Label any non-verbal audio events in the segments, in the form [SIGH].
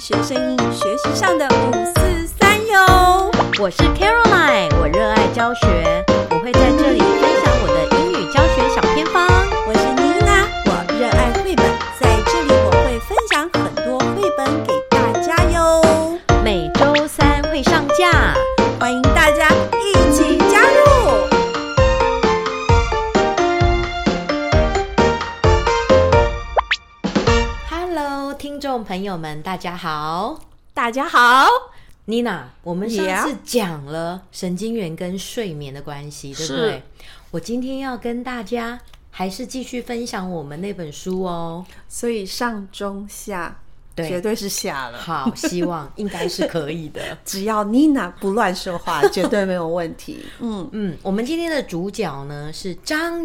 学生英语学习上的五四三哟。我是 Caroline，我热爱教学，我会在这里分享我的英语教学小偏方。我是妮娜，我热爱绘本，在这里我会分享很多绘本给大家哟，每周三会上架。欢迎大家一起加入。 Hello，听众朋友们，大家好。大家好， Nina，我们上 Yeah 次讲了神经元跟睡眠的关系，对不是对？我今天要跟大家还是继续分享我们那本书 [LAUGHS] 哦。所以上中下对绝对是下了。好，希望应该是可以的。只要妮娜不乱说 [LAUGHS] 话，绝对没有问题。嗯，嗯，我们今天的主角呢是 章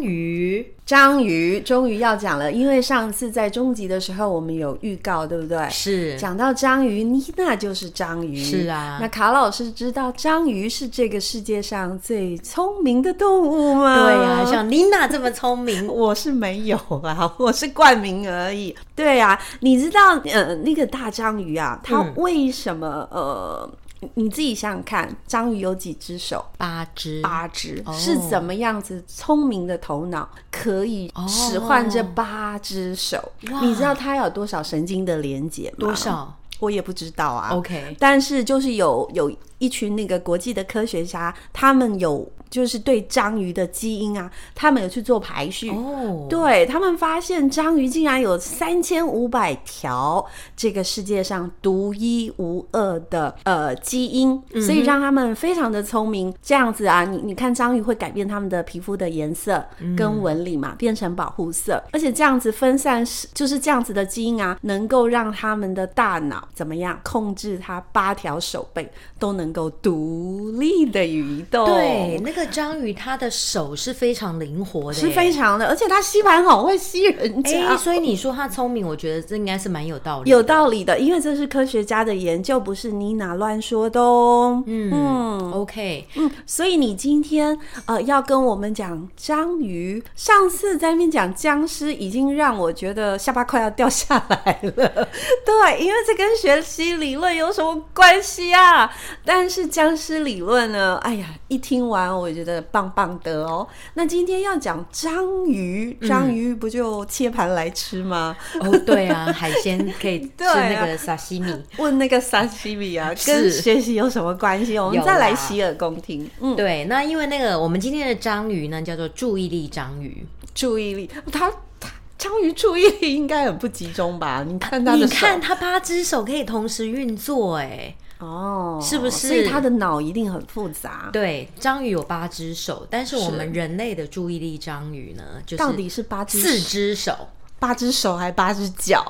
[LAUGHS] 鱼，章鱼终于要讲了，因为上次在终极的时候我们有预告，对不对？哎是讲到章鱼，妮娜就是章鱼。是啊那卡老师知道章鱼是这个世界上最聪明的动物吗？对呀、像 Nina 这么聪明，我是没有啊， [LAUGHS] 我是冠名而已。对啊，你知道呃，那个大章鱼啊，它嗯为什么、呃？你自己想想看，章鱼有几只手？八只，八只、哦是怎么样子？聪明的头脑可以使唤这八只手。哦哇你知道它有多少神经的连接吗？多？少哦我也不知道啊。 ？OK，但是就是有有一群那个国际的科学家，他们有就是对章鱼的基因啊，他们有去做排序。哦，对他们发现章鱼竟然有三千五百条这个世界上独一无二的呃基因，嗯所以让他们非常的聪明。这样子啊，你你看章鱼会改变它们的皮肤的颜色嗯跟纹理嘛，变成保护色，而且这样子分散是就是这样子的基因啊，能够让他们的大脑怎么样控制它八条手背都能够独立的移动。对，那个章鱼它的手是非常灵活的耶，是非常的，而且它吸盘好会吸人哎、家，所以你说他聪明，我觉得这应该是蛮有道理的。有道理的，因为这是科学家的研究，不是妮娜乱说的哦。嗯嗯，OK，所以你今天呃要跟我们讲章鱼，上次在那边讲僵尸，已经让我觉得下巴快要掉下来了。 [LAUGHS] 对，因为这跟学习理论有什么关系啊？但是僵尸理论呢，哎呀，一听完我觉得棒棒的哦。那今天要讲章鱼，章鱼不就切盘来吃吗？哦，对 [LAUGHS] 啊，海鲜可以吃对啊那个沙西米。问那个沙西米啊，是跟学习有什么关系？我有们啦再来洗耳恭听。嗯，对，那因为那个我们今天的章鱼呢，叫做注意力章鱼。注意力，他他章鱼注意力应该很不集中吧？你看他你的手，看它八只手可以同时运作，哎，哦，是不是所以他的脑一定很复杂。对，章鱼有八只手，但是我是们人类的注意力章鱼呢，就是到底是八只四只手。八只手还八只脚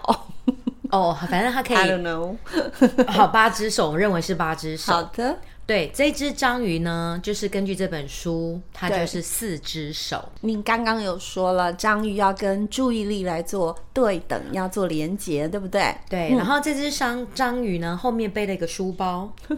哦，反正它可？I don't 以 know。好八只手，我认为是八只手。好的，对，这只章鱼呢，就是根据这本书，它就对是四只手。你刚刚有说了，章鱼要跟注意力来做对等，要做连结，对不对？对，然后这只章章鱼呢，后面背了一个书包。 [LAUGHS]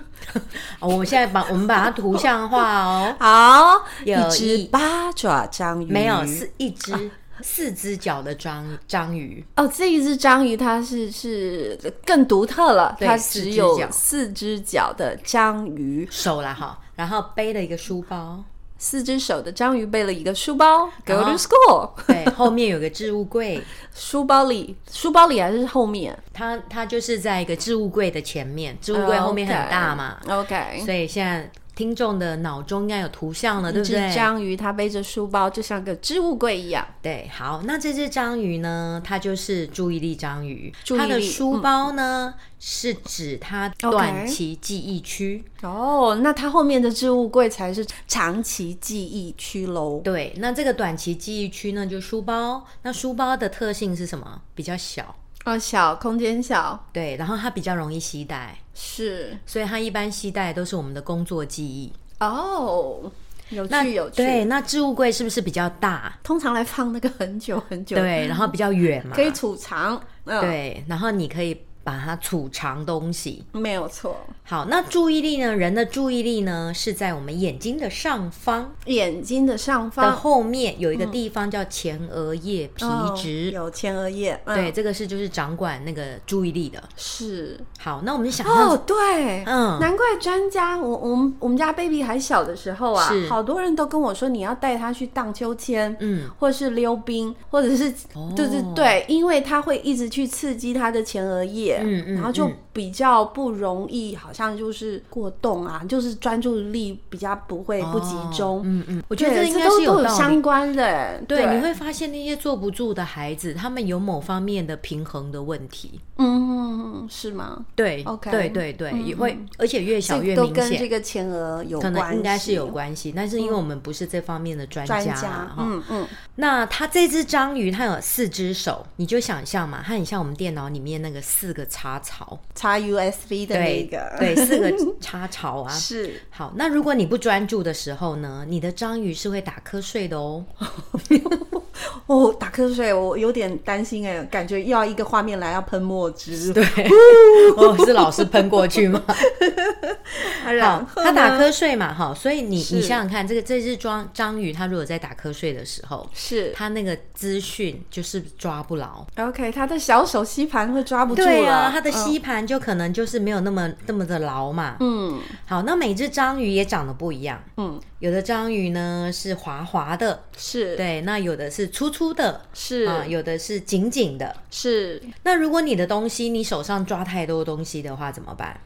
哦我们现在把我们把它图像化哦，好，有一一只八爪章鱼，没有是一只四只脚的章章鱼。哦，这一只章鱼它是是更独特了，对它四只只有脚四只脚的章鱼，手啦哈，然后背了一个书包，四只手的章鱼背了一个书包，go 然后 to school， [LAUGHS] 对，后面有个置物柜，书包里，书包里还是后面？它它就是在一个置物柜的前面，置物柜哦后面很大嘛， ，OK。所以现在听众的脑中应该有图像了，对一不只对？章鱼，它背着书包，就像个置物柜一样。对，好，那这只章鱼呢？它就是注意力章鱼，注意它的力书嗯包呢、是指它 OK 短期记忆区。哦，那它后面的置物柜才是长期记忆区喽。对，那这个短期记忆区呢，就书包。那书包的特性是什么？比较小，哦，小空间小，对，然后它比较容易携带，是所以它一般携带都是我们的工作记忆。哦，有那趣有趣。对，，那置物柜是不是比较大？通常来放那个很久很久，对，然后比较远嘛，可以储藏。嗯，对，然后你可以把它储藏东西。没有错，好，那注意力呢？人的注意力呢是在我们眼睛的上方眼睛的上的方后面有一个地方叫前额叶皮哦质。有前额叶，嗯对，，这个是就是掌管那个注意力的。是好，那我们就想象哦，对，嗯难怪专家，我我们我们家 baby 还小的时候啊是，好多人都跟我说你要带他去荡秋千，嗯，或是溜冰，或者是哦就是对，因为他会一直去刺激他的前额叶，嗯嗯然后就嗯比较不容易，好像就是过动啊，就是专注力比较不会不集中。哦嗯嗯，我我觉得这应该都是都有有道理相关的，对，对你会发现那些坐不住的孩子，他们有某方面的平衡的问题。嗯，是吗？对 OK 对对对，嗯也会，而且越小越这都明跟这显，个前额有可关系，嗯能应该是有关系。但是因为我们不是这方面的专专家家啊，，哈，嗯嗯，那它这只章鱼它有四只手，你就想象嘛，它很像我们电脑里面那个四个插槽，插 USB 的那对个，对，四个插槽 [LAUGHS] 啊。[LAUGHS] 是好，那如果你不专注的时候呢，你的章鱼是会打瞌睡 [LAUGHS] 的哦。哦，打瞌睡，我有点担心哎，感觉要一个画面来要喷墨汁， [LAUGHS] 对，哦，是老师喷过 [LAUGHS] 去吗？然好，后他打呢瞌睡嘛，哈，所以你啊是你想想看，这个这只章章鱼，它如果在打瞌睡的时候， [LAUGHS] 是它那个资讯就是抓不牢。 OK，他的小手吸盘会抓不住对啊，了，它的吸盘就可能就是没有那么那么的牢嘛。嗯，嗯好，那每只章鱼也长得不一样，嗯，有的章鱼呢是滑滑的，是，，对，那有的是粗粗的，是、啊、有的是紧紧的。是，那如果你的东西，你手上抓太多东西的话，怎么办？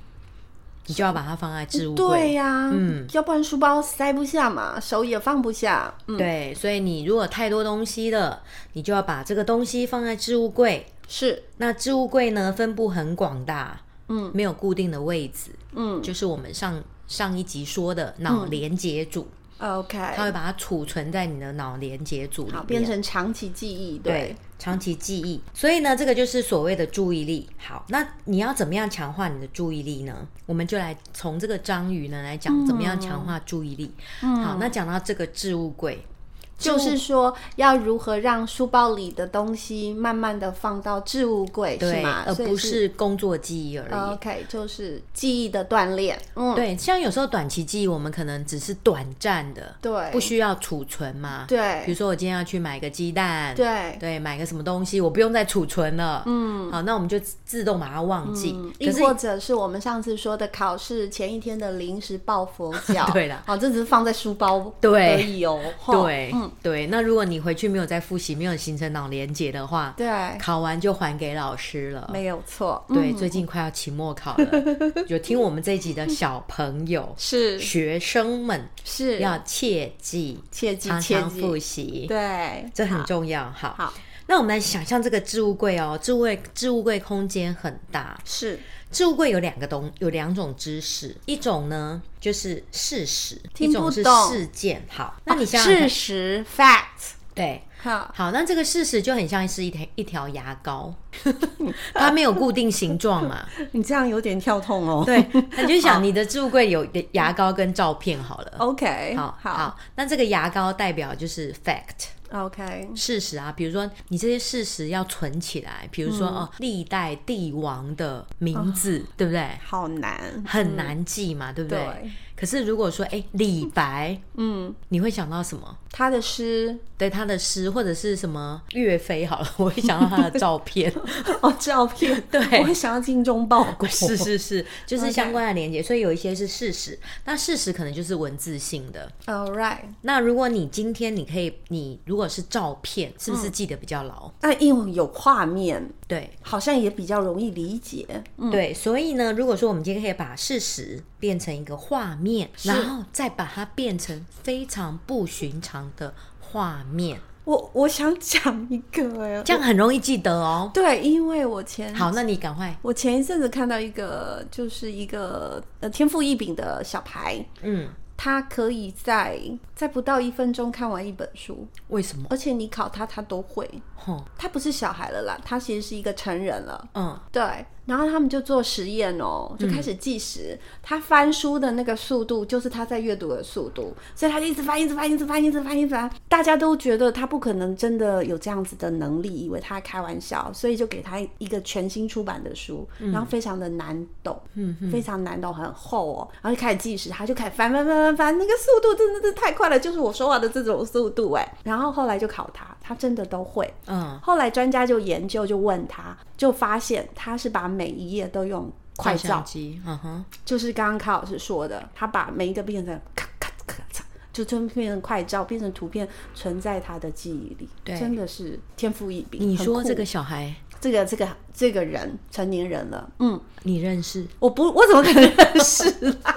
你就要把它放在置物柜。对呀、嗯要不然书包塞不下嘛，手也放不下，嗯，对，所以你如果太多东西了，你就要把这个东西放在置物柜。是，那置物柜呢，分布很广大，嗯没有固定的位置，嗯就是我们上上一集说的脑连接组， ，OK，它会把它储存在你的脑连接组里好面，变成长期记忆，对对，长期记忆。所以呢，这个就是所谓的注意力。好，那你要怎么样强化你的注意力呢？我们就来从这个章鱼呢来讲怎么样强化注意力。嗯好，那讲到这个置物柜，就是说要如何让书包里的东西慢慢的放到置物柜，对，是哦吗？而所以不是工作记忆而已。 OK，就是记忆的锻炼。嗯，对，像有时候短期记忆，我们可能只是短暂的，对不需要储存嘛。，比对如说我今天要去买个鸡蛋，对，对，买个什么东西，我不用再储存了。嗯，好，那我们就自自动把它忘记。亦可是。或者是我们上次说的考试前一天的临时抱佛脚 [LAUGHS] 对啦哦，这只是放在书包对而已哦。吼对、嗯，对，那如果你回去没有再复习，没有形成脑连结的话，对，考完就还给老师了。没有错。对，嗯最近快要期末考了， [LAUGHS] 有听我们这一集的小朋友、是学生们是要切记，切记常切常记复习，对，这很重要。好，好那我们来想象这个置物柜哦，置物柜置物柜空间很大，是置物柜有两个东有两种知识，一种呢就是事实，一听种不是懂事件。好，那你想想看啊事实 fact。对。哈，好，那这个事实就很像是一条一条牙膏， [LAUGHS] 它没有固定形状嘛？你这样有点跳痛哦。 [LAUGHS] 对，那你就想你的置物柜有牙膏跟照片好了。哦，OK，好好，那这个牙膏代表就是 fact o k 事实啊，比如说你这些事实要存起来，比如说、嗯哦，历代帝王的名字，哦对不对？好难，很难记嘛，对不对？嗯对可是如果说哎，李白，嗯，你会想到什么？他的诗对他的诗或者是什么岳飞好了，我会想到他的照片。 [LAUGHS] 哦，照片， [LAUGHS] 对我会想要精忠报 [LAUGHS] 国， [LAUGHS] 是是是，就是相关的连接，所以有一些是事实，那事实可能就是文字性的。 ，All right，那如果你今天你可以，你如果是照片，是不是记得比较牢？那因为有画面，对、好像也比较容易理解，嗯，对，所以呢，如果说我们今天可以把事实变成一个画面，然后再把它变成非常不寻常的画面，我我想讲一个哎，这样很容易记得哦。对，因为我前好，那你赶快，我前一阵子看到一个，就是一个呃天赋异禀的小孩，嗯，他可以在在不到一分钟看完一本书，为什么？而且你考他他都会，吼，他不是小孩了啦，他其实是一个成人了，嗯，对，然后他们就做实验哦，就开始计时。他翻书的那个速度，就是他在阅读的速度，所以他就一直翻，一直翻，一直翻，一直翻，一直翻。大家都觉得他不可能真的有这样子的能力，以为他开玩笑，所以就给他一个全新出版的书，然后非常的难懂，非常难懂，很厚哦。然后就开始计时，他就开始翻翻翻翻翻，那个速度真的是太快了，就是我说话的这种速度哎。然后后来就考他，他真的都会。嗯，后来专家就研究，就问他，就发现他是把每一页都用快照照，相机，嗯哼，就是刚刚卡老师说的，他把每一个变成咔咔咔嚓，就真变成快照，变成图片存在他的记忆里，对真的是天赋异禀。你很说酷这个小孩这个这个这个人成年人了，嗯，你认识？我不我怎么可能认识啦？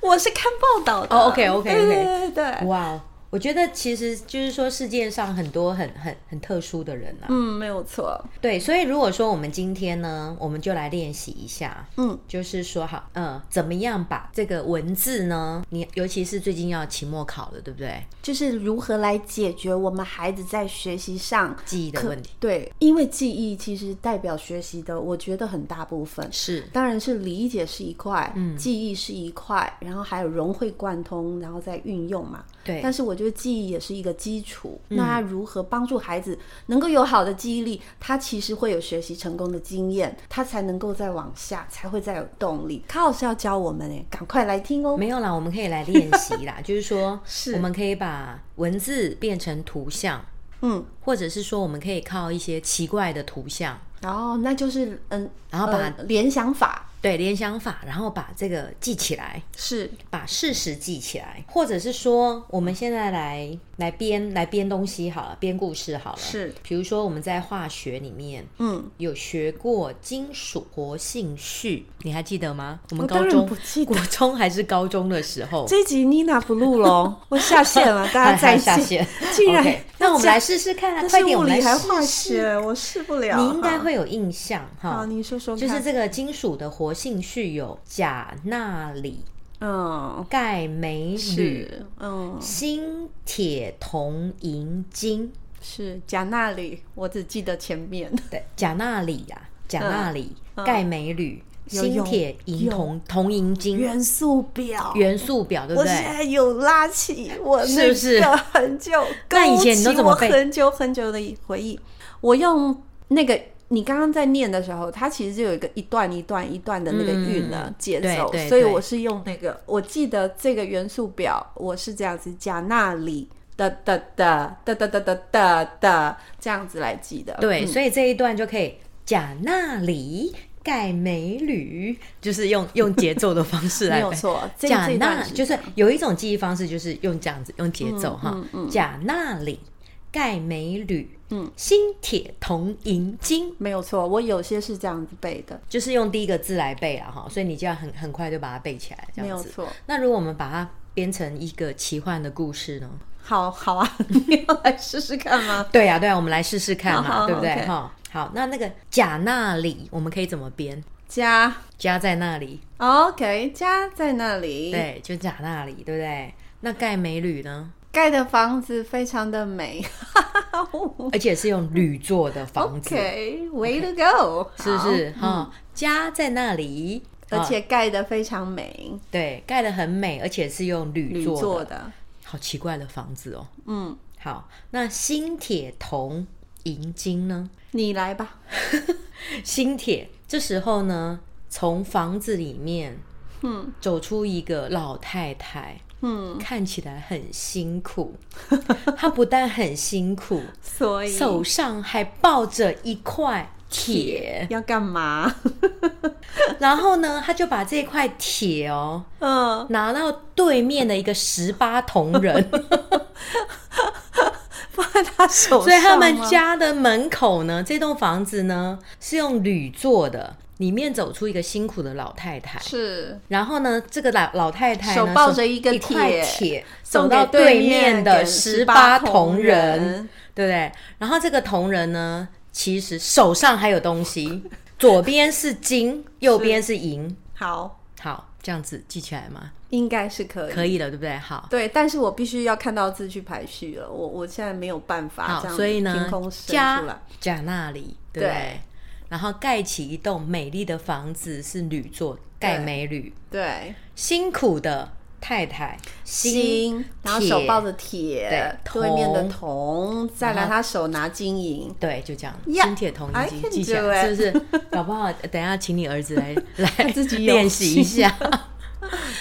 我是看报道的。哦，OK，OK，OK 对对对对对，哇哦，我觉得其实就是说世界上很多很很很特殊的人啊，嗯，没有错，对，所以如果说我们今天呢，我们就来练习一下，嗯，就是说好，嗯，怎么样把这个文字呢？你尤其是最近要期末考了，对不对？就是如何来解决我们孩子在学习上记忆的问题对，因为记忆其实代表学习的，我觉得很大部分。是当然是理解是一块，嗯记忆是一块，然后还有融会贯通，然后再运用嘛。对嗯但是我觉得记忆也是一个基础，那他如何帮助孩子能够有好的记忆力？他其实会有学习成功的经验，他才能够再往下，才会再有动力。卡老师要教我们哎，赶快来听哦。没有啦，我们可以来练 [LAUGHS] 习啦，就是说，是我们可以把文字变成图像，嗯，或者是说我们可以靠一些奇怪的图像，然后那就是嗯，然后把呃联想法对联想法，然后把这个记起来。是把事实记起来，或者是说，我们现在来来编来编东西好了，编故事好了。是比如说我们在化学里面嗯，有学过金属活性序，你还记得吗？我们我高当然中不记得国中还是高中的时候，这一集妮娜不录 [LAUGHS] 喽，我下线了，大家再下见。线。竟然 OK，那我们来试试看啊，那快是点，物我们理来还试化学，我试不了。你应哈该会有印象哈好，。你说说看，就是这个金属的活性序有钾、钠、锂、嗯，钙、镁、铝、是嗯锌、铁、铜、银、金。是讲那里，我只记得前面对，贾纳里呀、贾纳里、嗯钙、镁、铝、有锌、铁、银、有铜、铜、银、金元素表。元素表，对不我现对？在有拉起我是那不是个很久， [LAUGHS] 那以前你都勾起怎么我背很久很久的回忆，我用那个你刚刚在念的时候，它其实就有一个一段一段一段的那个韵呢、嗯节对奏，对所以对我是用那个，我记得这个元素表我是这样子加那里。的的的的的的的的的这样子来记的，对，嗯所以这一段就可以贾纳里、钙、镁、铝，就是用用节奏的方式 [LAUGHS] 没来有背。错，这贾这一嗯段纳就是有一种记忆方式，就是用这样子用节奏哈。贾纳里、钙、镁、铝、嗯，锌、铁、铜、银、金，没有错，我有些是这样子背的，就是用第一个字来背啊哈，所以你就要很很快就把它背起来，这没样有子。错。那如果我们把它编成一个奇幻的故事呢？好好啊， [LAUGHS] 你要来试试看吗？对啊呀、对呀、我们来试试看好嘛，好对不对？ OK 哈、好，那那个贾那里我们可以怎么编？加加在那里， ，OK，加在那里。，对，就贾那里，对不对？那盖美铝呢？盖的房子非常的美。而且是用铝做的房子 OK，way to go，是不是？好哈、加在那里，而啊且盖的非常美，对，盖的很美，而且是用铝铝啊做的，做的。好奇怪的房子哦。嗯，好，那锌、铁、铜、银、金呢？你来吧。新铁。这时候呢，从房子里面嗯走出一个老太太，嗯，看起来很辛苦。她不但很辛苦，所以手上还抱着一块铁。要干嘛？ [LAUGHS] 然后呢，她就把这块铁哦嗯，拿到对面的一个十八铜人，放在他手上吗。所以他们家的门口呢，这栋房子呢是用铝做的，里面走出一个辛苦的老太太。是然后呢，这个老老太太手呢抱着一个手铁块铁，走送到给对面给的十18八铜铜人，，对不对？然后这个铜人呢，其实手上还有东 [LAUGHS] 西，左边是金，右边是银。好，好，这样子记起来吗？应该是可以。可以了，对不对？好，对，但是我必须要看到字去排序了，啊我我现在没有办法这好，样哦所以呢凭空，生加出来。加那里，对不对？然后盖起一栋美丽的房子，是铝做盖美铝，对，辛苦的太太心，然后手铁抱着铁，对对面的铜铜，再来他手拿金银，对，就这样， Yeah, 金铁铜 I 银金 can 记起 do 来， it. 是不是？搞不好等一下请你儿子 [LAUGHS] 来来自己有嗯 [LAUGHS] 练习一下。 [LAUGHS]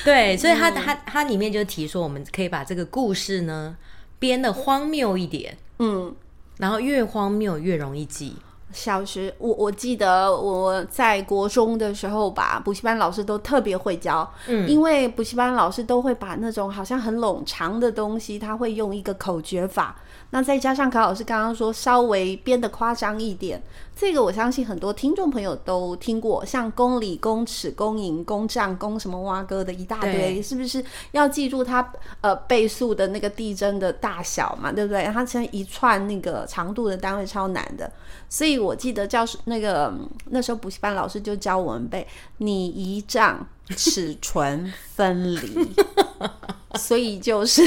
对，所以他他他里面就提说，我们可以把这个故事呢编的荒谬一点，嗯，然后越荒谬越容易记。小学，我我记得我在国中的时候吧，补习班老师都特别会教，嗯，因为补习班老师都会把那种好像很冗长的东西，他会用一个口诀法，那再加上考老师刚刚说稍微编的夸张一点，这个我相信很多听众朋友都听过，像公里、公尺、公营、公丈、公什么蛙哥的一大堆，对是不是要记住它呃倍数的那个地震的大小嘛，对不对？它现在一串那个长度的单位超难的，所以我记得教室那个嗯那时候补习班老师就教我们背你一丈尺唇分离， [LAUGHS] 所以就是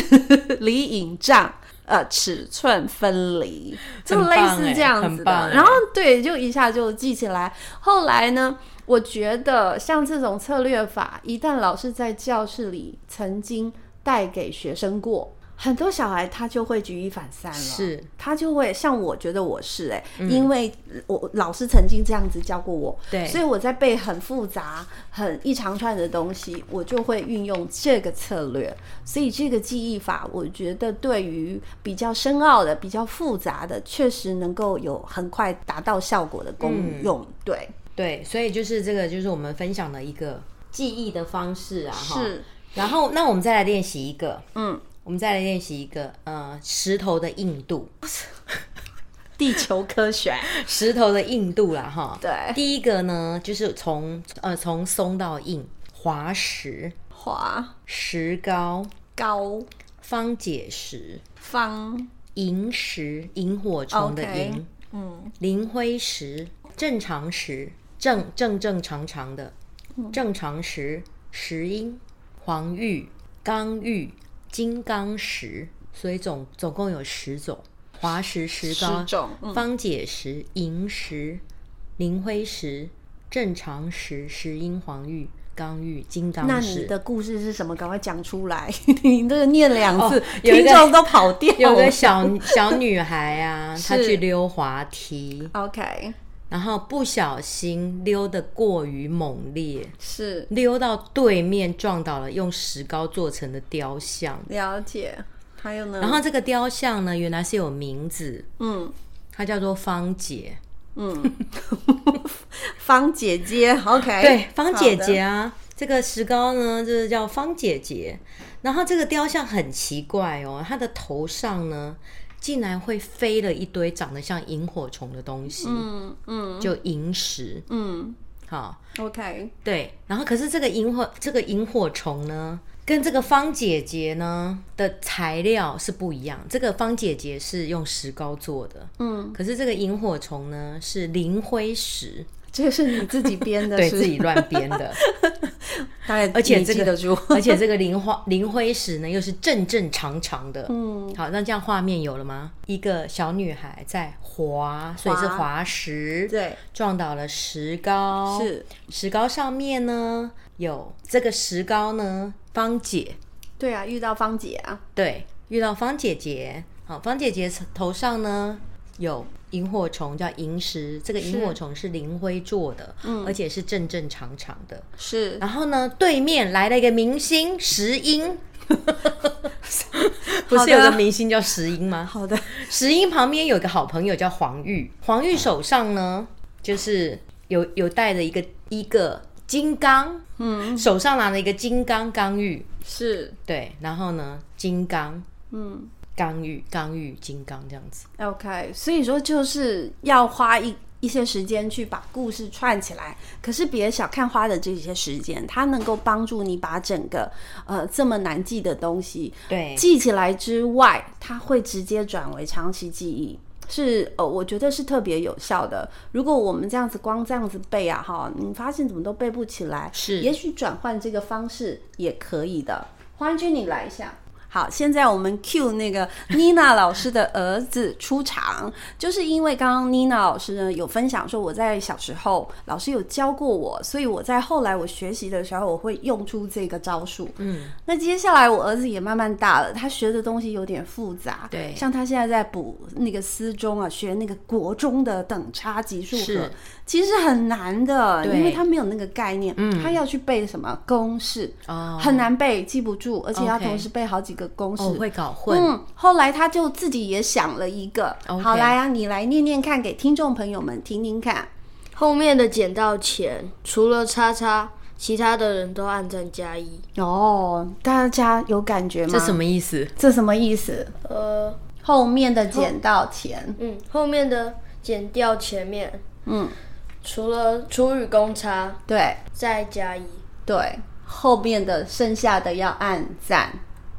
离影丈。呃，尺寸分离，就很类棒似欸这样很子的。棒欸然后对，就一下就记起来。后来呢，我觉得像这种策略法，一旦老师在教室里曾经带给学生过，很多小孩他就会举一反三了。是，他就会像我觉得我是哎、因为我老师曾经这样子教过我，对所以我在背很复杂、很一长串的东西，我就会运用这个策略。所以这个记忆法，我觉得对于比较深奥的、比较复杂的，确实能够有很快达到效果的功用。对，对，所以就是这个就是我们分享的一个记忆的方式啊，哈。是然后，那我们再来练习一个，嗯，我们再来练习一个，呃，石头的硬度，地球科学，石头的硬度啦，哈。对第一个呢，就是从呃从松到硬，滑石、华石膏、高方解石、方，萤石、萤火虫的萤、嗯，磷灰石、正常石、正正正常常的正常石、石英、黄玉、刚玉、金刚石，所以总总共有十种。滑石、石膏、十种嗯方解石、萤石、磷灰石、正常石、石英、黄玉、刚玉、金刚那石。你的故事是什么？赶快讲出来！ [LAUGHS] 你这个念两次， [LAUGHS] 哦有一听个众都跑掉了。 [LAUGHS] 有个小小女孩啊，她是去溜滑梯， OK，然后不小心溜得过于猛烈，是溜到对面撞倒了用石膏做成的雕像。了解。还有呢？然后这个雕像呢，原来是有名字，嗯它叫做方姐。嗯，方姐姐，OK，对，方姐姐哎好的，啊，这个石膏呢，就是叫方姐姐。然后这个雕像很奇怪哦，它的头上呢，竟然会飞了一堆长得像萤火虫的东西，嗯嗯就萤石。嗯好， ，OK，对，然后可是这个萤火这个萤火虫呢，跟这个方姐姐呢的材料是不一样。这个方姐姐是用石膏做的，嗯，可是这个萤火虫呢是磷灰石，这是你自己编的， [LAUGHS] 对是自己，乱编的。大概而且 [LAUGHS] 你这记个得住， [LAUGHS] 而且这个磷花磷灰石呢又是正正常常的。 [LAUGHS] 嗯，好，那这样画面有了吗？一个小女孩在滑，所以是滑石，对，撞倒了石膏，是石膏上面呢有这个石膏呢，芳姐对啊，遇到方姐啊，对遇到芳姐姐，好，芳姐姐头上呢有萤火虫叫萤石，这个萤火虫是磷灰做的，嗯而且是正正常常的。是然后呢，对面来了一个明星石 [LAUGHS] 英，不好是的有个明星叫石英吗？好的，石英旁边有个好朋友叫黄玉，黄玉手上呢就是有有带着一个一个金刚，嗯，手上拿了一个金刚刚玉，是，对，然后呢金刚嗯。刚玉刚玉金刚这样子， OK，所以说就是要花一一些时间去把故事串起来，可是别小看花的这些时间，它能够帮助你把整个呃这么难记的东西对记起来之外，它会直接转为长期记忆。是呃，我觉得是特别有效的。如果我们这样子光这样子背啊，哈，你发现怎么都背不起来，是也许转换这个方式也可以的。欢君，你来一下。好，现在我们 Q 那个妮娜老师的儿子出场， [LAUGHS] 就是因为刚刚妮娜老师呢有分享说，我在小时候老师有教过我，所以我在后来我学习的时候，我会用出这个招数。嗯，那接下来我儿子也慢慢大了，他学的东西有点复杂，对像他现在在补那个私中啊，学那个国中的等差级数是和，其实很难的，对嗯因为他没有那个概念，他要去背什么公式，哦，很难背，记不住，而且要 OK 同时背好几个公式。哦会搞混，嗯，后来他就自己也想了一个 OK 好来啊，你来念念看，给听众朋友们听听看。后面的捡到钱，除了叉叉，其他的人都按赞加一。哦，大家有感觉吗？这什？么意思？这什么意思？呃，后面的捡到哦钱，嗯，后面的减掉前面，嗯，除了除以公差对再加一。对，后面的剩下的要按赞，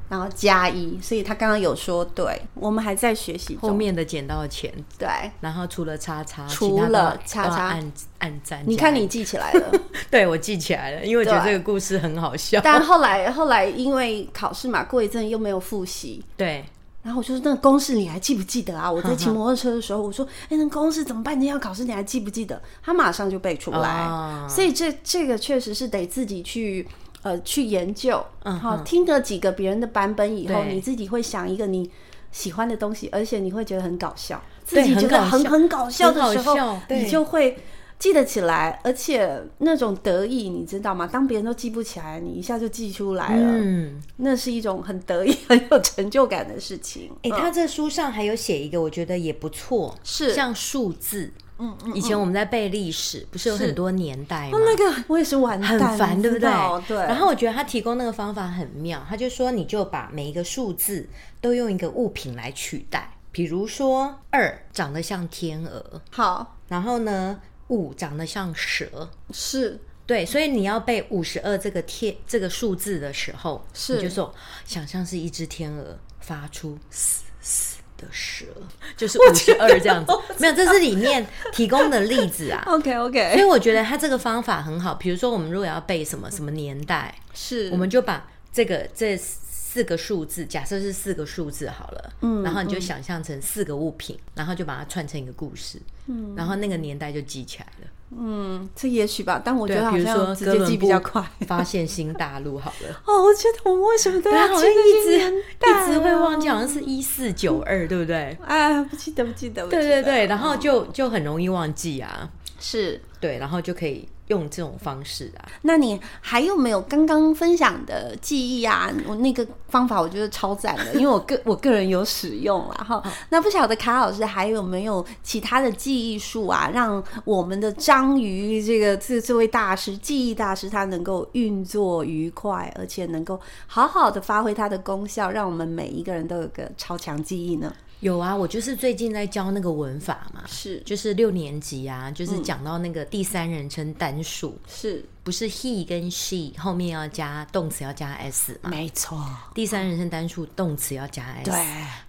然后加一。所以他刚刚有说，对我们还在学习中。后面的捡到钱，对，然后除了叉叉，除其他都要了叉叉都要按按赞。你看你，记起来了。对我记起来了，因为我觉得对这个故事很好笑。但后来后来因为考试嘛，过一阵又没有复习，对，然后我就说那个公式你还记不记得 [LAUGHS] 啊？我在骑摩托车的时候，我说哎、那公式怎么办？今天要考试你还记不记得？他马上就背出来，哦所以这这个确实是得自己去。呃，去研究，嗯好、哼听了几个别人的版本以后，对你自己会想一个你喜欢的东西，而且你会觉得很搞笑，自对己觉得很搞很笑很搞笑很好的时候笑，对你就会记得起来，而且那种得意，你知道吗？当别人都记不起来，你一下就记出来了，嗯，那是一种很得意、 [LAUGHS] 很有成就感的事情。哎、他这书上还有写一个，我觉得也不错，是像数字。嗯嗯，以前我们在背历史，不是有是很多年代吗？哦，那个我也是完很蛋，烦，对不知对道？对。然后我觉得他提供那个方法很妙，他就说你就把每一个数字都用一个物品来取代，比如说二长得像天鹅，好然后呢五长得像蛇。是对，所以你要背五十二这个天这个数字的时候，是你就说想象是一只天鹅发出嘶嘶的蛇， [LAUGHS] 就是五十二这样子。没有，这是里面提供的例子啊。 [LAUGHS] OK 所以 OK，我觉得他这个方法很好。比如说，我们如果要背什么什么年代，是我们就把这个这四个数字，假设是四个数字好了，嗯，然后你就想象成四个物品，然后就把它串成一个故事，嗯，然后那个年代就记起来了。嗯，这也许吧，但我觉对得啊，好比如像说直哥接伦记布比较快。 [LAUGHS] 发现新大陆好 [LAUGHS] 了。哦，我觉得我们为什么都要好记像一那直些啊年代啊一直 [LAUGHS] 会忘记，好像是一四九二，对不对？哎，不记得，不记得，不记对对得对，然后就就很容易忘记啊，是。对，然后就可以用这种方式啊。那你还有没有刚刚分享的记忆啊？我那个方法我觉得超赞的，因为我个我个人有使用啦哈。那不晓得卡老师还有没有其他的记忆术啊，让我们的章鱼这个这这位大师记忆大师他能够运作愉快，而且能够好好的发挥它的功效，让我们每一个人都有个超强记忆呢？有啊，我就是最近在教那个文法嘛，是就是六年级啊，就是嗯讲到那个第三人称单数，是，不是 he 跟 she 后面要加动词要加 s 嘛，没错，第三人称单数动词要加 s。对，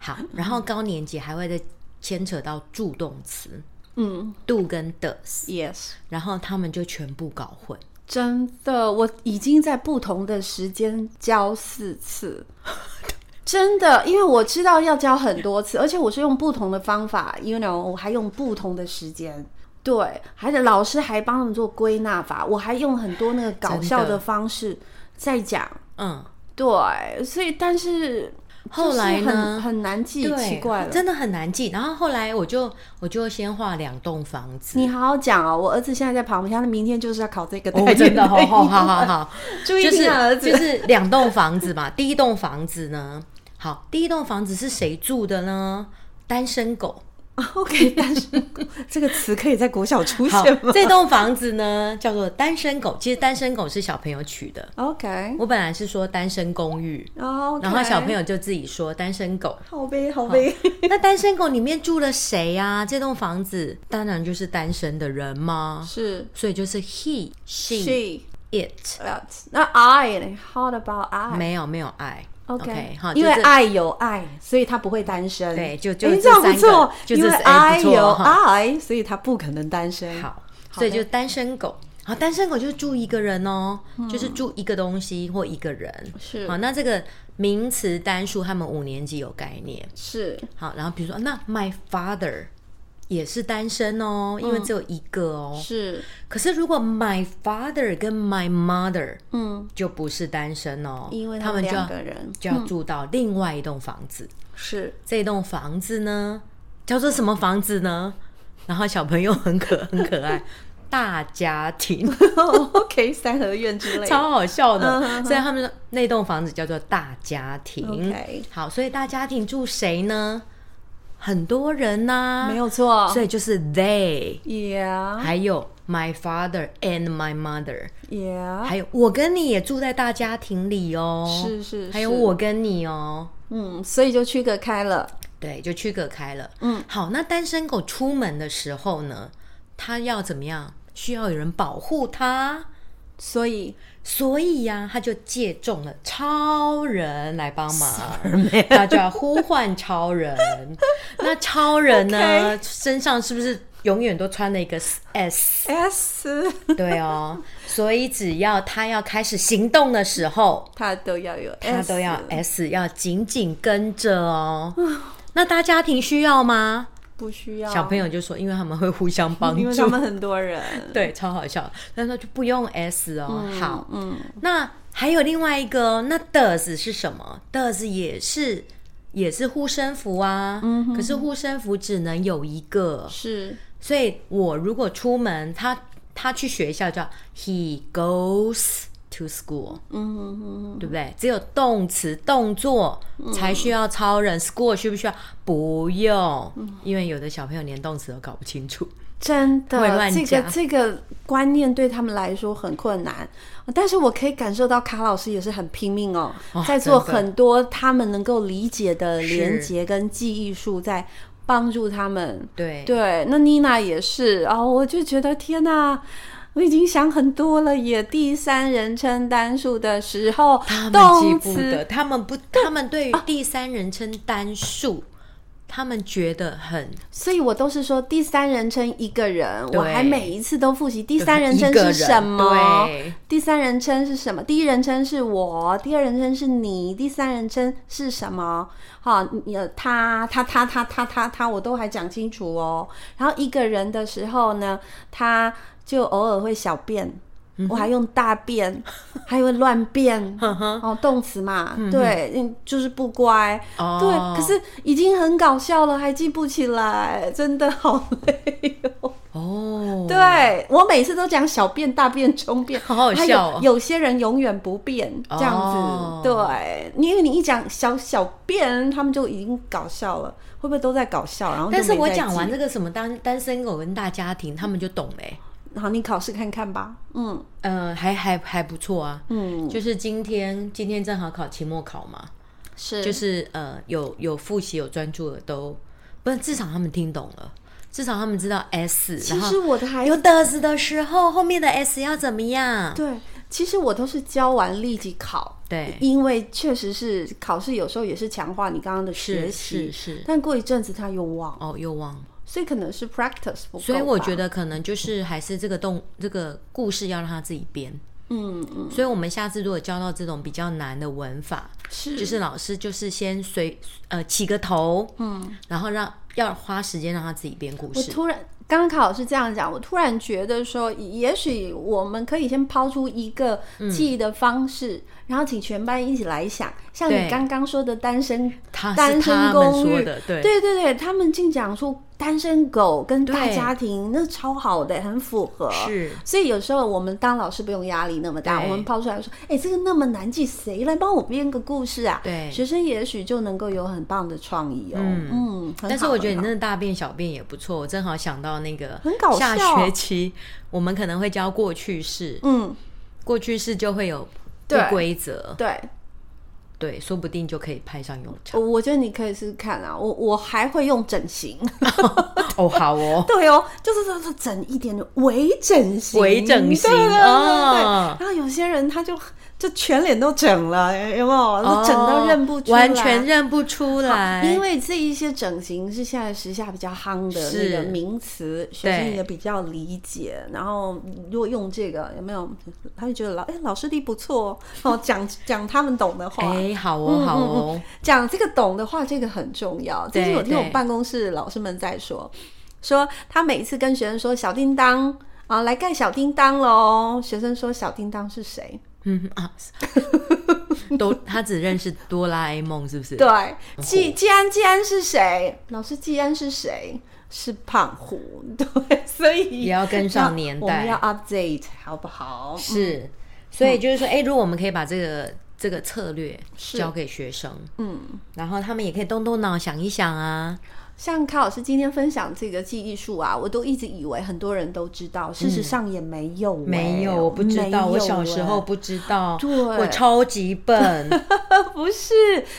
好，然后高年级还会再牵扯到助动词嗯 do 跟 does， ，yes。然后他们就全部搞混。真的，我已经在不同的时间教四次， [LAUGHS] 真的，因为我知道要教很多次，而且我是用不同的方法，you know，我还用不同的时间。对，还得老师还帮他们做归纳法，我还用很多那个搞笑真的的方式在讲。嗯，对，所以但是后来就是呢很很难记，对，奇怪了。真的很难记。然后后来我就我就先画两栋房子。 [LAUGHS] 你好好讲哦，我儿子现在在旁边，他明天就是要考这个哦代，真的，好好好好好好，注意就听啊儿是子，就是两栋房子嘛。 [LAUGHS] 第一栋房子呢，好，第一栋房子是谁住的呢？单身狗。 [LAUGHS] OK，单身狗这个词可以在国小出好现吗，这栋房子呢叫做单身狗。其实单身狗是小朋友取的。 ？OK，我本来是说单身公寓，哦，然后小朋友就自己说单身狗。好呗，好呗， [LAUGHS] 那单身狗里面住了谁呀、这栋房子当然就是单身的人嘛，是所以就是 he、she、 she it。 that 那 I 呢？How about I？OK，没有没有爱好，因为就这爱有爱，所以他不会单身。对就就诶这这样不三个错，就这因为哎不爱错有哈爱，所以他不可能单身。好，所以的就单身狗。好，单身狗就是住一个人哦，就是住一个东西或一个人。嗯是好，那这个名词单数，他们五年级有概念。是好，然后比如说，那 my father 也是单身哦，因为嗯只有一个哦。是，可是如果 my father 跟 my mother 嗯，就不是单身哦，因为他们们就两要个人就要住到另外一栋房子。是 [LAUGHS] 这栋房子呢，叫做什么房子呢？然后小朋友很可 [LAUGHS] 很可爱，大家庭， OK 三合院之类的，超好笑嗯嗯的。嗯所以他们说那栋房子叫做大家庭。 OK 好，所以大家庭住谁呢？很多人呐、没有错。啊所以就是 they，、 Yeah, 还有 my father and my mother，、 yeah，还有我跟你也住在大家庭里哦。啊是是还有是我跟你哦。嗯，所以就区隔开了。对，就区隔开了。嗯，好，那单身狗出门的时候呢，它要怎么样？需要有人保护它，所以所以呀、它就借中了超人来帮忙，它就要呼唤超人。那超人 [LAUGHS] 呢 OK 身上是不是永远都穿了一个 [LAUGHS] S？S 对哦，所以只要它要开始行动的时候，它都要有 S，它都要哎 S，要紧紧跟着哦。那大家庭需要吗？不需要小朋，友就说，因为他们会互相帮哦嗯因为他助，们很多人。 [LAUGHS] 对，超好笑。但是就不用 s 哦。好，嗯，那还有另外一个哦，那 does 是什么？does 也是也是护身符啊，嗯可是护身符只能有一个，是所以我如果出门，他他去学校叫 he goes to school，嗯对不对？只有动词动作才需要超人、school 需不需要？不用，因为有的小朋友连动词都搞不清楚。真会的，乱这个加这个观念对他们来说很困难，但是我可以感受到卡老师也是很拼命哦，哦在做真的很多他们能够理解的是连接跟记忆术，在帮助他们。对对，那妮娜也是啊、哦，我就觉得天哪。我已经想很多了耶。第三人称单数的时候，他们记动不得，词呃他们不，他们对于第三人称单数，他们觉得很所以我都是说第三人称一个人，对我还每一次都复习第三人称一个是人什么对，第三人称是什么，第一人称是我，第二人称是你，第三人称是什么？好、你呃他他他他他他他，我都还讲清楚哦。然后一个人的时候呢，他就偶尔会小便。我还用大便，还会乱便，哦，动词嘛，对，嗯，就是不乖，哦对，可是已经很搞笑了，还记不起来，真的好累哦。哦，对我每次都讲小便、大便、中便， [LAUGHS] 好好笑哦还有有些人永远不变这样子，哦对，因为你一讲小小便，他们就已经搞笑了，会不会都在搞笑？然后就但是我没再讲完记这个什么单单身狗跟大家庭，他们就懂嘞、欸好，你考试看看吧。嗯呃，还还还不错啊。嗯，就是今天，今天正好考期末考嘛，是就就是是呃，有有复习有专注的都，不是至少他们听懂了，至少他们知道 S，其然实后我的孩有子 does 的时候，后面的 S 要怎么样？对，其实我都是教完立即考。对，因为确实是考试，有时候也是强化你刚刚的学是习，是是，但过一阵子他又忘，哦，又忘了，所以可能是 practice 不够吧。所以我觉得可能就是还是这个动这个故事要让他自己编。嗯，嗯所以我们下次如果教到这种比较难的文法，是就是老师就是先随呃起个头，嗯，然后让要花时间让他自己编故我事，突然，刚刚卡老师这样讲，我突然觉得说，也许我们可以先抛出一个嗯记忆的方式，然后请全班一起来想，像你对刚刚说的单身他单是身他们公说寓，的，对对对对他们竟讲出单身狗跟大对家庭，那超好的，很符合。是所以有时候我们当老师不用压力那么大，对我们抛出来说，哎、这个那么难记，谁来帮我编个故事啊？对学生也许就能够有很棒的创意哦。嗯嗯，很但是好我觉很得你好那个大便小便也不错，我正好想到那个很搞下笑学期我们可能会教过去式，嗯。过去式就会有不对规则，对，对，说不定就可以派上用场。我觉得你可以试试看啊，我我还会用整形， [LAUGHS] 哦，好哦，对哦，就是说是整一点的微整形，微整形对对对对对哦然后有些人他就就全脸都整了，有没有？都整到认不出来，哦完全认不出来，因为这一些整形是现在时下比较夯的那是个名词，学生也比较理解。然后如果用这个，有没有？他就觉得老哎、老师弟不错哦，哦，讲讲他们懂的话。哎、好哦，好哦， [LAUGHS] 讲这个懂的话，这个很重要。最对近我听我对办公室老师们在说，说他每次跟学生说小叮当啊，来盖小叮当喽。学生说小叮当是谁？ [LAUGHS] 嗯啊，都他只认识哆啦 A 梦，是不是？对，季哦季安季安是谁？老师季安是谁？是胖虎， [LAUGHS] 对，所以也要跟上年代我们要 update 好不好？是，所以就是说，哎、如果我们可以把这个这个策略交给学生，嗯，然后他们也可以动动脑想一想啊，像卡老师今天分享这个记忆术啊，我都一直以为很多人都知道，事实上也没有、嗯欸没有，我不知没道，有我小时候欸不知道，对我超 [LAUGHS] 级笨，不是，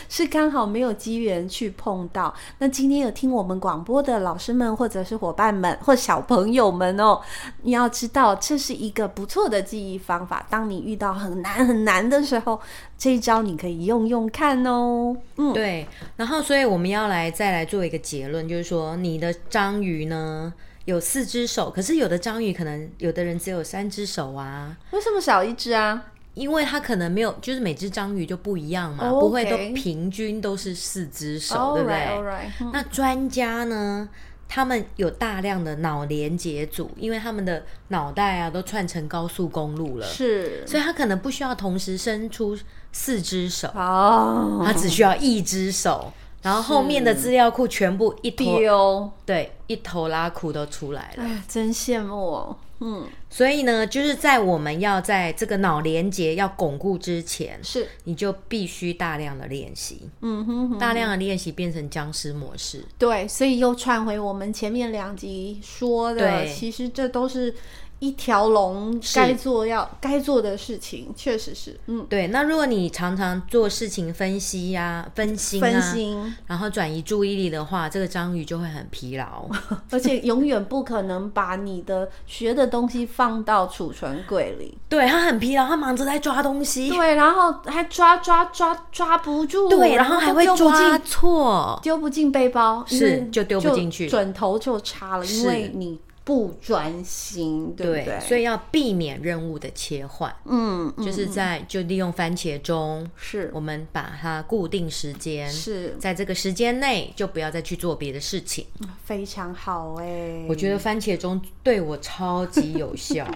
是刚好没有机缘去碰到。那今天有听我们广播的老师们，或者是伙伴们，或小朋友们哦，你要知道这是一个不错的记忆方法。当你遇到很难很难的时候，这一招你可以用用看哦。嗯，对，然后所以我们要来再来做一个结论，就是说你的章鱼呢有四只手，可是有的章鱼可能有的人只有三只手啊，为什么少一只啊？因为它可能没有，就是每只章鱼就不一样嘛哦不会都 OK 平均都是四只手 All 对不对呃 right, all right，嗯那专家呢？他们有大量的脑连接组，因为他们的脑袋啊都串成高速公路了，是所以他可能不需要同时伸出四只手，哦，他只需要一只手，然后后面的资料库全部一头丢，对一头拉苦都出来了。哎，真羡慕哦。嗯，所以呢，就是在我们要在这个脑连接要巩固之前，是，你就必须大量的练习，嗯哼哼。大量的练习变成僵尸模式。对，所以又串回我们前面两集说的，对其实这都是一条龙该做要该做的事情，确实是，嗯，对，那如果你常常做事情分析呀、分心、啊、分心，然后转移注意力的话，这个章鱼就会很疲劳。 [LAUGHS] 而且永远不可能把你的学的东西放到储存柜里，对，它很疲劳，它忙着在抓东西，对，然后还抓抓抓抓不住，对，然后还会丢不抓进。错，丢不进背包，因是为就丢不进去准头就差了，因是为你不专心，对不对，对？所以要避免任务的切换，嗯，嗯就是在就利用番茄钟，是我们把它固定时间，是在这个时间内就不要再去做别的事情。非常好哎、我觉得番茄钟对我超级有效，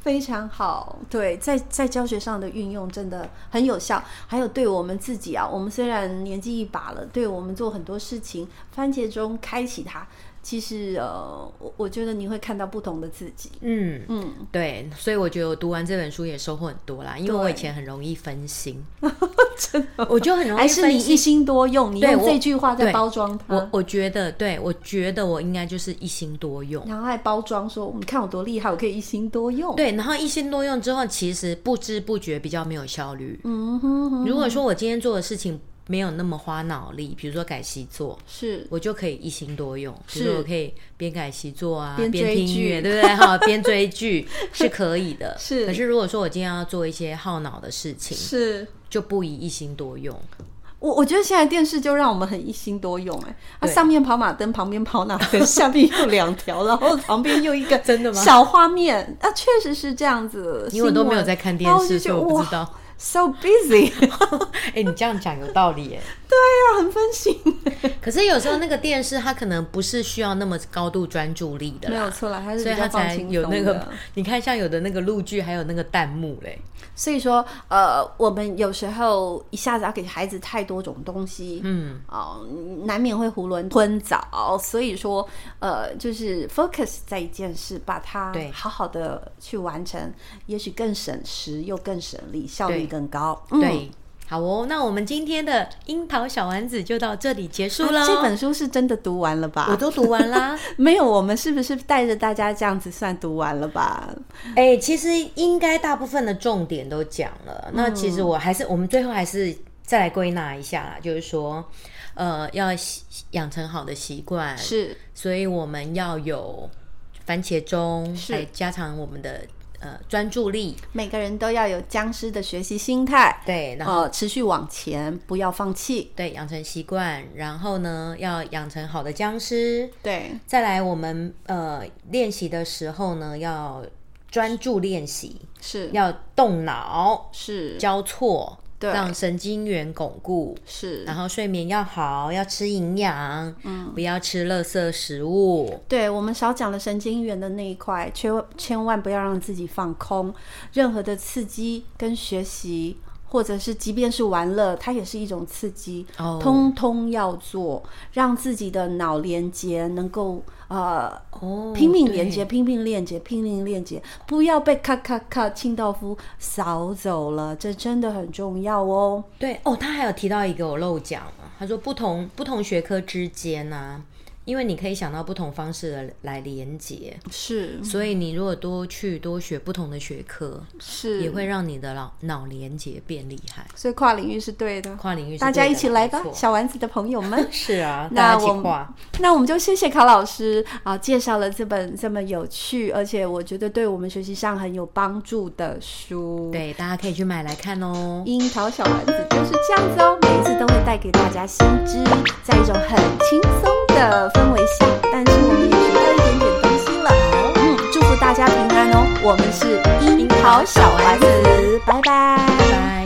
非常好，对，在在教学上的运用真的很有效。还有对我们自己啊，我们虽然年纪一把了，对我们做很多事情，番茄钟开启它，其实呃，我我觉得你会看到不同的自己。嗯。嗯，对，所以我觉得我读完这本书也收获很多啦，因为我对以前很容易 [LAUGHS] 分心，我就很容易还是你分心一心多用，你对用我这句话在对包装我它，我觉得，对我觉得我应该就是一心多用。然后还包装说，你看我多厉害，我可以一心多用。，对，然后一心多用之后，其实不知不觉比较没有效率。嗯哼哼，如果说我今天做的事情没有那么花脑力，比如说改习作，是我就可以一心多用，比如是说我可以边改习作啊，边边追听音剧乐，对不对？哈，边追剧是可以的。 [LAUGHS] 是可是如果说我今天要做一些耗脑的事情，是。就不宜一心多用。我我觉得现在电视就让我们很一心多用哎、啊，对上面跑马灯，旁 [LAUGHS] 边跑马 [LAUGHS] 灯，下面又两条，然后旁边又一个真的吗小画面啊，确实是这样子。因为我都没有新闻在看电然后视，就所觉得以我不知哇道。 [LAUGHS] ，so busy，哎、你这样讲有道理耶。要很分心，可是有时候那个电视它可能不是需要那么高度专注力的没有啦，错啦，还是啊所以比它较放才轻有松那个的。你看，像有的那个录剧还有那个弹幕嘞，所以说，呃，我们有时候一下子要给孩子太多种东西，嗯，哦，难免会囫囵吞枣。所以说，呃，就是 focus 在一件事，把它对好好的去完成，也许更省时又更省力，效率对更高。嗯对。好哦，那我们今天的樱桃小丸子就到这里结束嗯，喽。这本书是真的读完了我吧？都读完啦。没有，我们是不是带着大家这样子算读完了吧？哎、嗯其实应该大部分的重点都讲了。那其实我还是，我们最后还是再来归纳一下啦，就是说，呃，要习养成好的习惯，是所以我们要有番茄钟，是来加强我们的呃专注力，每个人都要有僵尸的学习心态，对，然后、呃，持续往前，不要放弃。对养成习惯，然后呢要养成好的僵尸，对，再来我们呃练习的时候呢要专注练习，是要动脑是交错，对让神经元巩固，是然后睡眠要好，要吃营养，嗯，不要吃垃圾食物，对我们少讲了神经元的那一块，千万千万不要让自己放空。任何的刺激跟学习，或者是即便是玩乐，它也是一种刺激，哦通通要做，让自己的脑连接能够呃哦拼命连接、拼命链接、拼命链接，不要被咔咔咔清道夫扫走了，这真的很重要哦。对哦，他还有提到一个我漏讲了，他说不同不同学科之间呢、因为你可以想到不同方式的来连接，是所以你如果多去多学不同的学科，是也会让你的脑脑连接变厉害。所以跨领域是对的，跨领域是大家对的一起来没吧，错小丸子的朋友 [LAUGHS] 们。是啊，那大家一我起跨。那我们就谢谢卡老师啊，介绍了这本这么有趣，而且我觉得对我们学习上很有帮助的书。，对，大家可以去买来看哦。樱桃小丸子就是这样子哦，每一次都会带给大家新知，在一种很轻松的氛围下，但是我们也学到一点点东西了。嗯，哦祝福大家平安哦。我们是樱桃小丸子，拜拜拜拜。